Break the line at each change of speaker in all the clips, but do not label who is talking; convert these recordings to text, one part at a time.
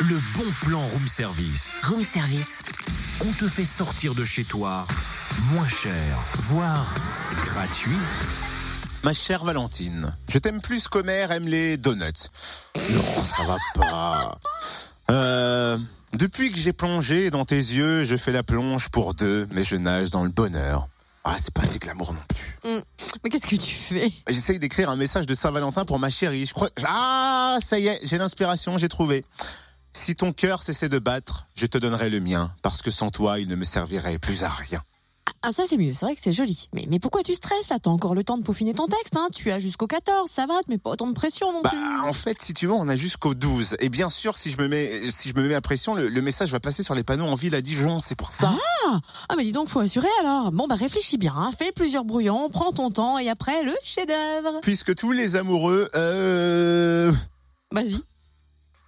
Le bon plan room service.
Room service.
On te fait sortir de chez toi moins cher, voire gratuit.
Ma chère Valentine, je t'aime plus qu'Homer aime les donuts. Non, ça va pas. Euh, depuis que j'ai plongé dans tes yeux, je fais la plonge pour deux, mais je nage dans le bonheur. Ah, c'est pas assez glamour non plus.
Mais qu'est-ce que tu fais
J'essaye d'écrire un message de Saint-Valentin pour ma chérie. Je crois. Ah, ça y est, j'ai l'inspiration, j'ai trouvé. Si ton cœur cessait de battre, je te donnerais le mien, parce que sans toi, il ne me servirait plus à rien.
Ah ça c'est mieux, c'est vrai que c'est joli. Mais, mais pourquoi tu stresses là T'as encore le temps de peaufiner ton texte, hein Tu as jusqu'au 14, ça va, mais pas autant de pression non
Bah,
plus.
en fait, si tu veux, on a jusqu'au 12. Et bien sûr, si je me mets, si je me mets la pression, le, le message va passer sur les panneaux en ville à Dijon. C'est pour ça.
Ah mais dis donc, faut assurer alors. Bon bah réfléchis bien, hein. fais plusieurs brouillons, prends ton temps et après le chef-d'œuvre.
Puisque tous les amoureux, euh,
Vas-y.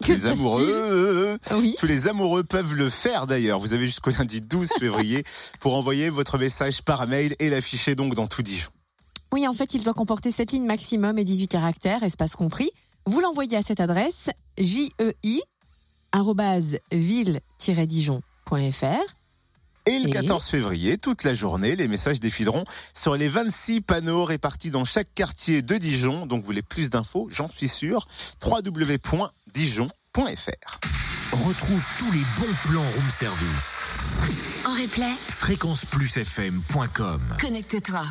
Que se
les
passe-t-il
amoureux, euh,
Oui.
tous les amoureux peuvent le faire d'ailleurs. Vous avez jusqu'au lundi 12 février pour envoyer votre message par mail et l'afficher donc dans tout Dijon.
Oui, en fait, il doit comporter 7 lignes maximum et 18 caractères, espace compris. Vous l'envoyez à cette adresse jei@ville-dijon.fr.
Et le
Et
14 février, toute la journée, les messages défileront sur les 26 panneaux répartis dans chaque quartier de Dijon. Donc vous voulez plus d'infos, j'en suis sûr, www.dijon.fr.
Retrouve tous les bons plans room service.
En replay,
fréquenceplusfm.com
connecte-toi.